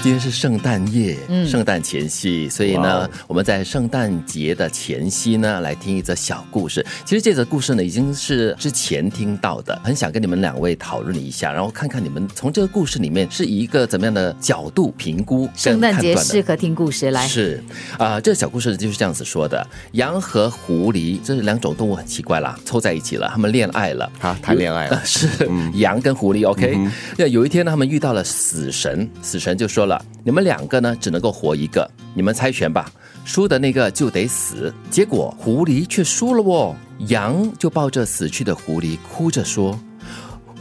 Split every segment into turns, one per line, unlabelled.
今天是圣诞夜，
嗯
圣诞前夕，所以
哇
呢
哦，
我们在圣诞节的前夕呢，来听一则小故事。其实这则故事呢，已经是之前听到的，很想跟你们两位讨论一下，然后看看你们从这个故事里面是以一个怎么样的角度评估
圣
跟
诞
判
节
断
适
的。
合听故事来。
是，啊、这个小故事就是这样子说的：羊和狐狸这两种动物很奇怪啦，凑在一起了，它们恋爱了。
啊，谈恋爱了 嗯
呃， 是、羊跟狐狸，OK。那、有一天呢，他们遇到了死神，死神就说了：“你们两个呢，只能够活一个，你们猜拳吧，输的那个就得死。”结果狐狸却输了哦，羊就抱着死去的狐狸，哭着说。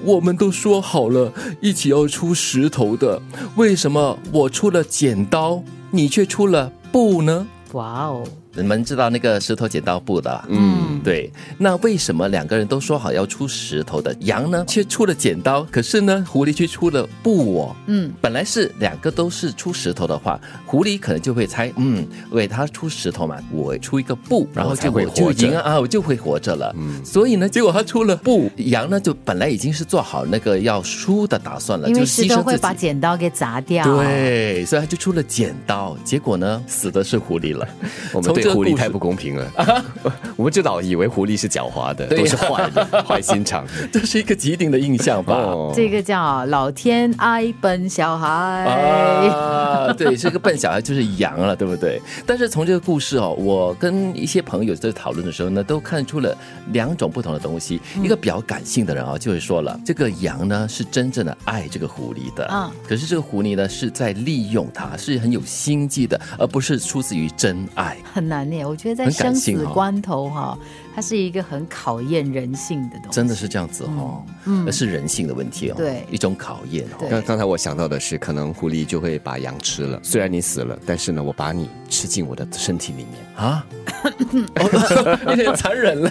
我们都说好了，一起要出石头的，为什么我出了剪刀，你却出了布呢？
哇哦，
你们知道那个石头剪刀布的，
嗯，
对，那为什么两个人都说好要出石头的，羊呢却出了剪刀，可是呢狐狸却出了布哦？
嗯，
本来是两个都是出石头的话，狐狸可能就会猜，嗯，为他出石头嘛，我出一个布，然后
我哦才
就
会
我就
活着
赢啊啊，我就会活着了。嗯，所以呢，结果他出了布，羊呢就本来已经是做好那个要输的打算了，
因
就
为
是
石
牺
头
牲
会
自
把
己。
剪刀给砸掉。，
对，所以他就出了剪刀，结果呢，死的是狐狸了。
我们
从这
对
个
狐
故
狸
事
太不公平了， 我们就老以为狐狸是狡猾的，
对呀
啊
都是 坏的，坏心肠的。
这是一个既定的印象吧？
哦，
这个叫老天爱笨小孩。
啊， 对，是个笨小孩，就是羊了，对不对？但是从这个故事哦，我跟一些朋友在讨论的时候呢，都看出了两种不同的东西。
嗯
一个比较感性的人啊、哦，就是说了，这个羊呢是真正的爱这个狐狸的，
啊
可是这个狐狸呢是在利用它，是很有心计的，而不是出自于真爱。
很难呢，我觉得在
很感
生
性
死
哦
关头哈、它是一个很考验人性的东西。
真的是这样子哦，而是人性的问题哦，
嗯对
一种考验哦
对。
刚刚才我想到的是，可能狐狸就会把羊吃了。虽然你死了，但是呢，我把你吃进我的身体里 面。
啊，哦 有点残忍嘞，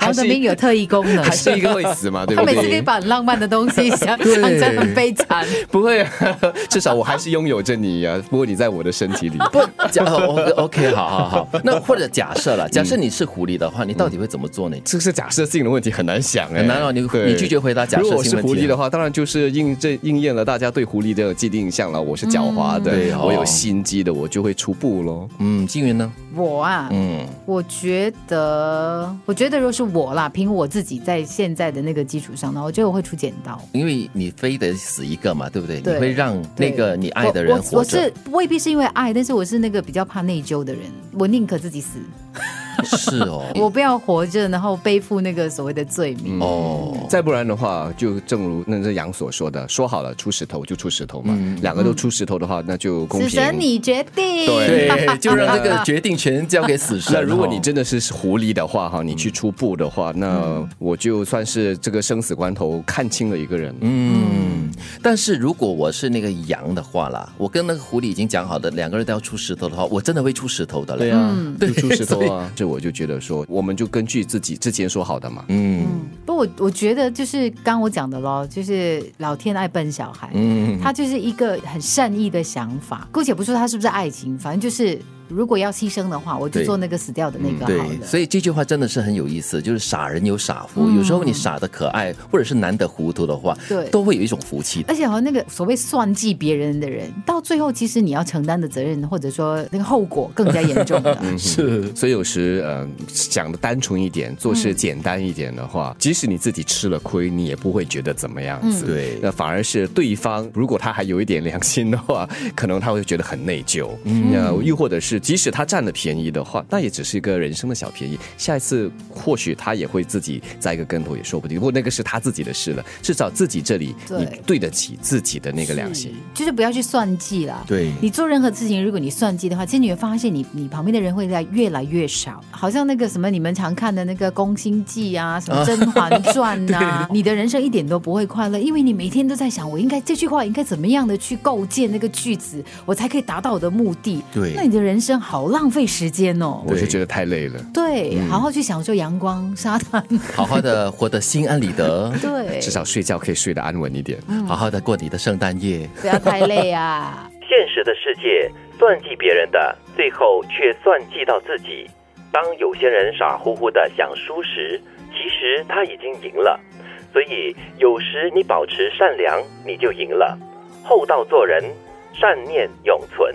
黄德斌有特异功能，
还是一个会死嘛，对
他
不
每次可以
对？
把很浪漫的东西想
对
想真很悲惨。
不会啊， 至少我还是拥有着你呀、不过你在我的身体 里。
不 假哦，OK OK，好好好。那或者假设了，假设
嗯
你是狐狸的话，你到底会怎么做呢？
这个是假设性的问题，很难想哎、
很难哦你
对
你拒绝回答假设性
如果我
问题啊
是狐狸的话，当然就是应这应验了大家对狐狸的既定印象了。我是狡猾的，
对哦
我有心机的，我就会出布喽。
嗯，金云呢？
我啊，
嗯，
我觉得，我觉得如果是我啦，凭我自己在现在的那个基础上呢，我觉得我会出剪刀。
因为你非得死一个嘛，对不对？
对
你会让那
对
个你爱的人
我我
活
我
着
是，未必是因为爱，但是我是那个比较怕内疚的人，我宁可自己死，
是哦，
我不要活着，然后背负那个所谓的罪名。
哦，
再不然的话，就正如那这杨所说的，说好了出石头就出石头嘛，
嗯
两个都出石头的话，那就公
死
平。
神你决定。
对
对，就让这个决定权交给死 神哦。
那如果你真的是狐狸的话，哈，你去出布的话，那
嗯
我就算是这个生死关头看清了一个人。嗯，
嗯，但是如果我是那个羊的话啦，我跟那个狐狸已经讲好的，两个人都要出石头的话，我真的会出石头的嘞。
对啊，就出石头
所
啊。这我就觉得说，我们就根据自己之前说好的嘛。
嗯
不，我我觉得就是刚我讲的咯，就是老天爱笨小孩，
嗯，
他就是一个很善意的想法。姑且不说他是不是爱情，反正就是如果要牺牲的话，我就
对嗯
做那个死掉的那个好
对，
了。
所以这句话真的是很有意思，就是傻人有傻福，有时候你傻的可爱，或者是难得糊涂的话，
嗯对
都会有一种福气的。
而且好像那个所谓算计别人的人，到最后其实你要承担的责任或者说那个后果更加严重的。
是，
所以有时呃，想的单纯一点，做事简单一点的
嗯
话，即使你自己吃了亏，你也不会觉得怎么样子。
对
嗯
那反而是对方，如果他还有一点良心的话， 可能他会觉得很内疚。
嗯
那又或者是，即使他占了便宜的话，那也只是一个人生的小便宜。下一次或许他也会自己栽一个跟头，也说不定。不过那个是他自己的事了，至少自己这里
对
你对得起自己的那个良心。
就是不要去算计啦。
对
你做任何事情，如果你算计的话，其实你会发现你你旁边的人会来越来越少。好像那个什么你们常看的那个《宫心计》啊，什么《甄嬛传》啊，你的人生一点都不会快乐，因为你每天都在想，我应该这句话应该怎么样的去构建那个句子，我才可以达到我的目的。
对
那你的人生好浪费时间哦。
我是觉得太累了。
对，好好去享受阳光、沙滩。
好好的活得心安理 得，
对，
至少睡觉可以睡得安稳一点。
嗯
好好的过你的圣诞夜。
不要太累啊。
现实的世界，算计别人的，最后却算计到自己。当有些人傻乎乎的想输时，其实他已经赢了。所以，有时你保持善良，你就赢了；厚道做人，善念永存。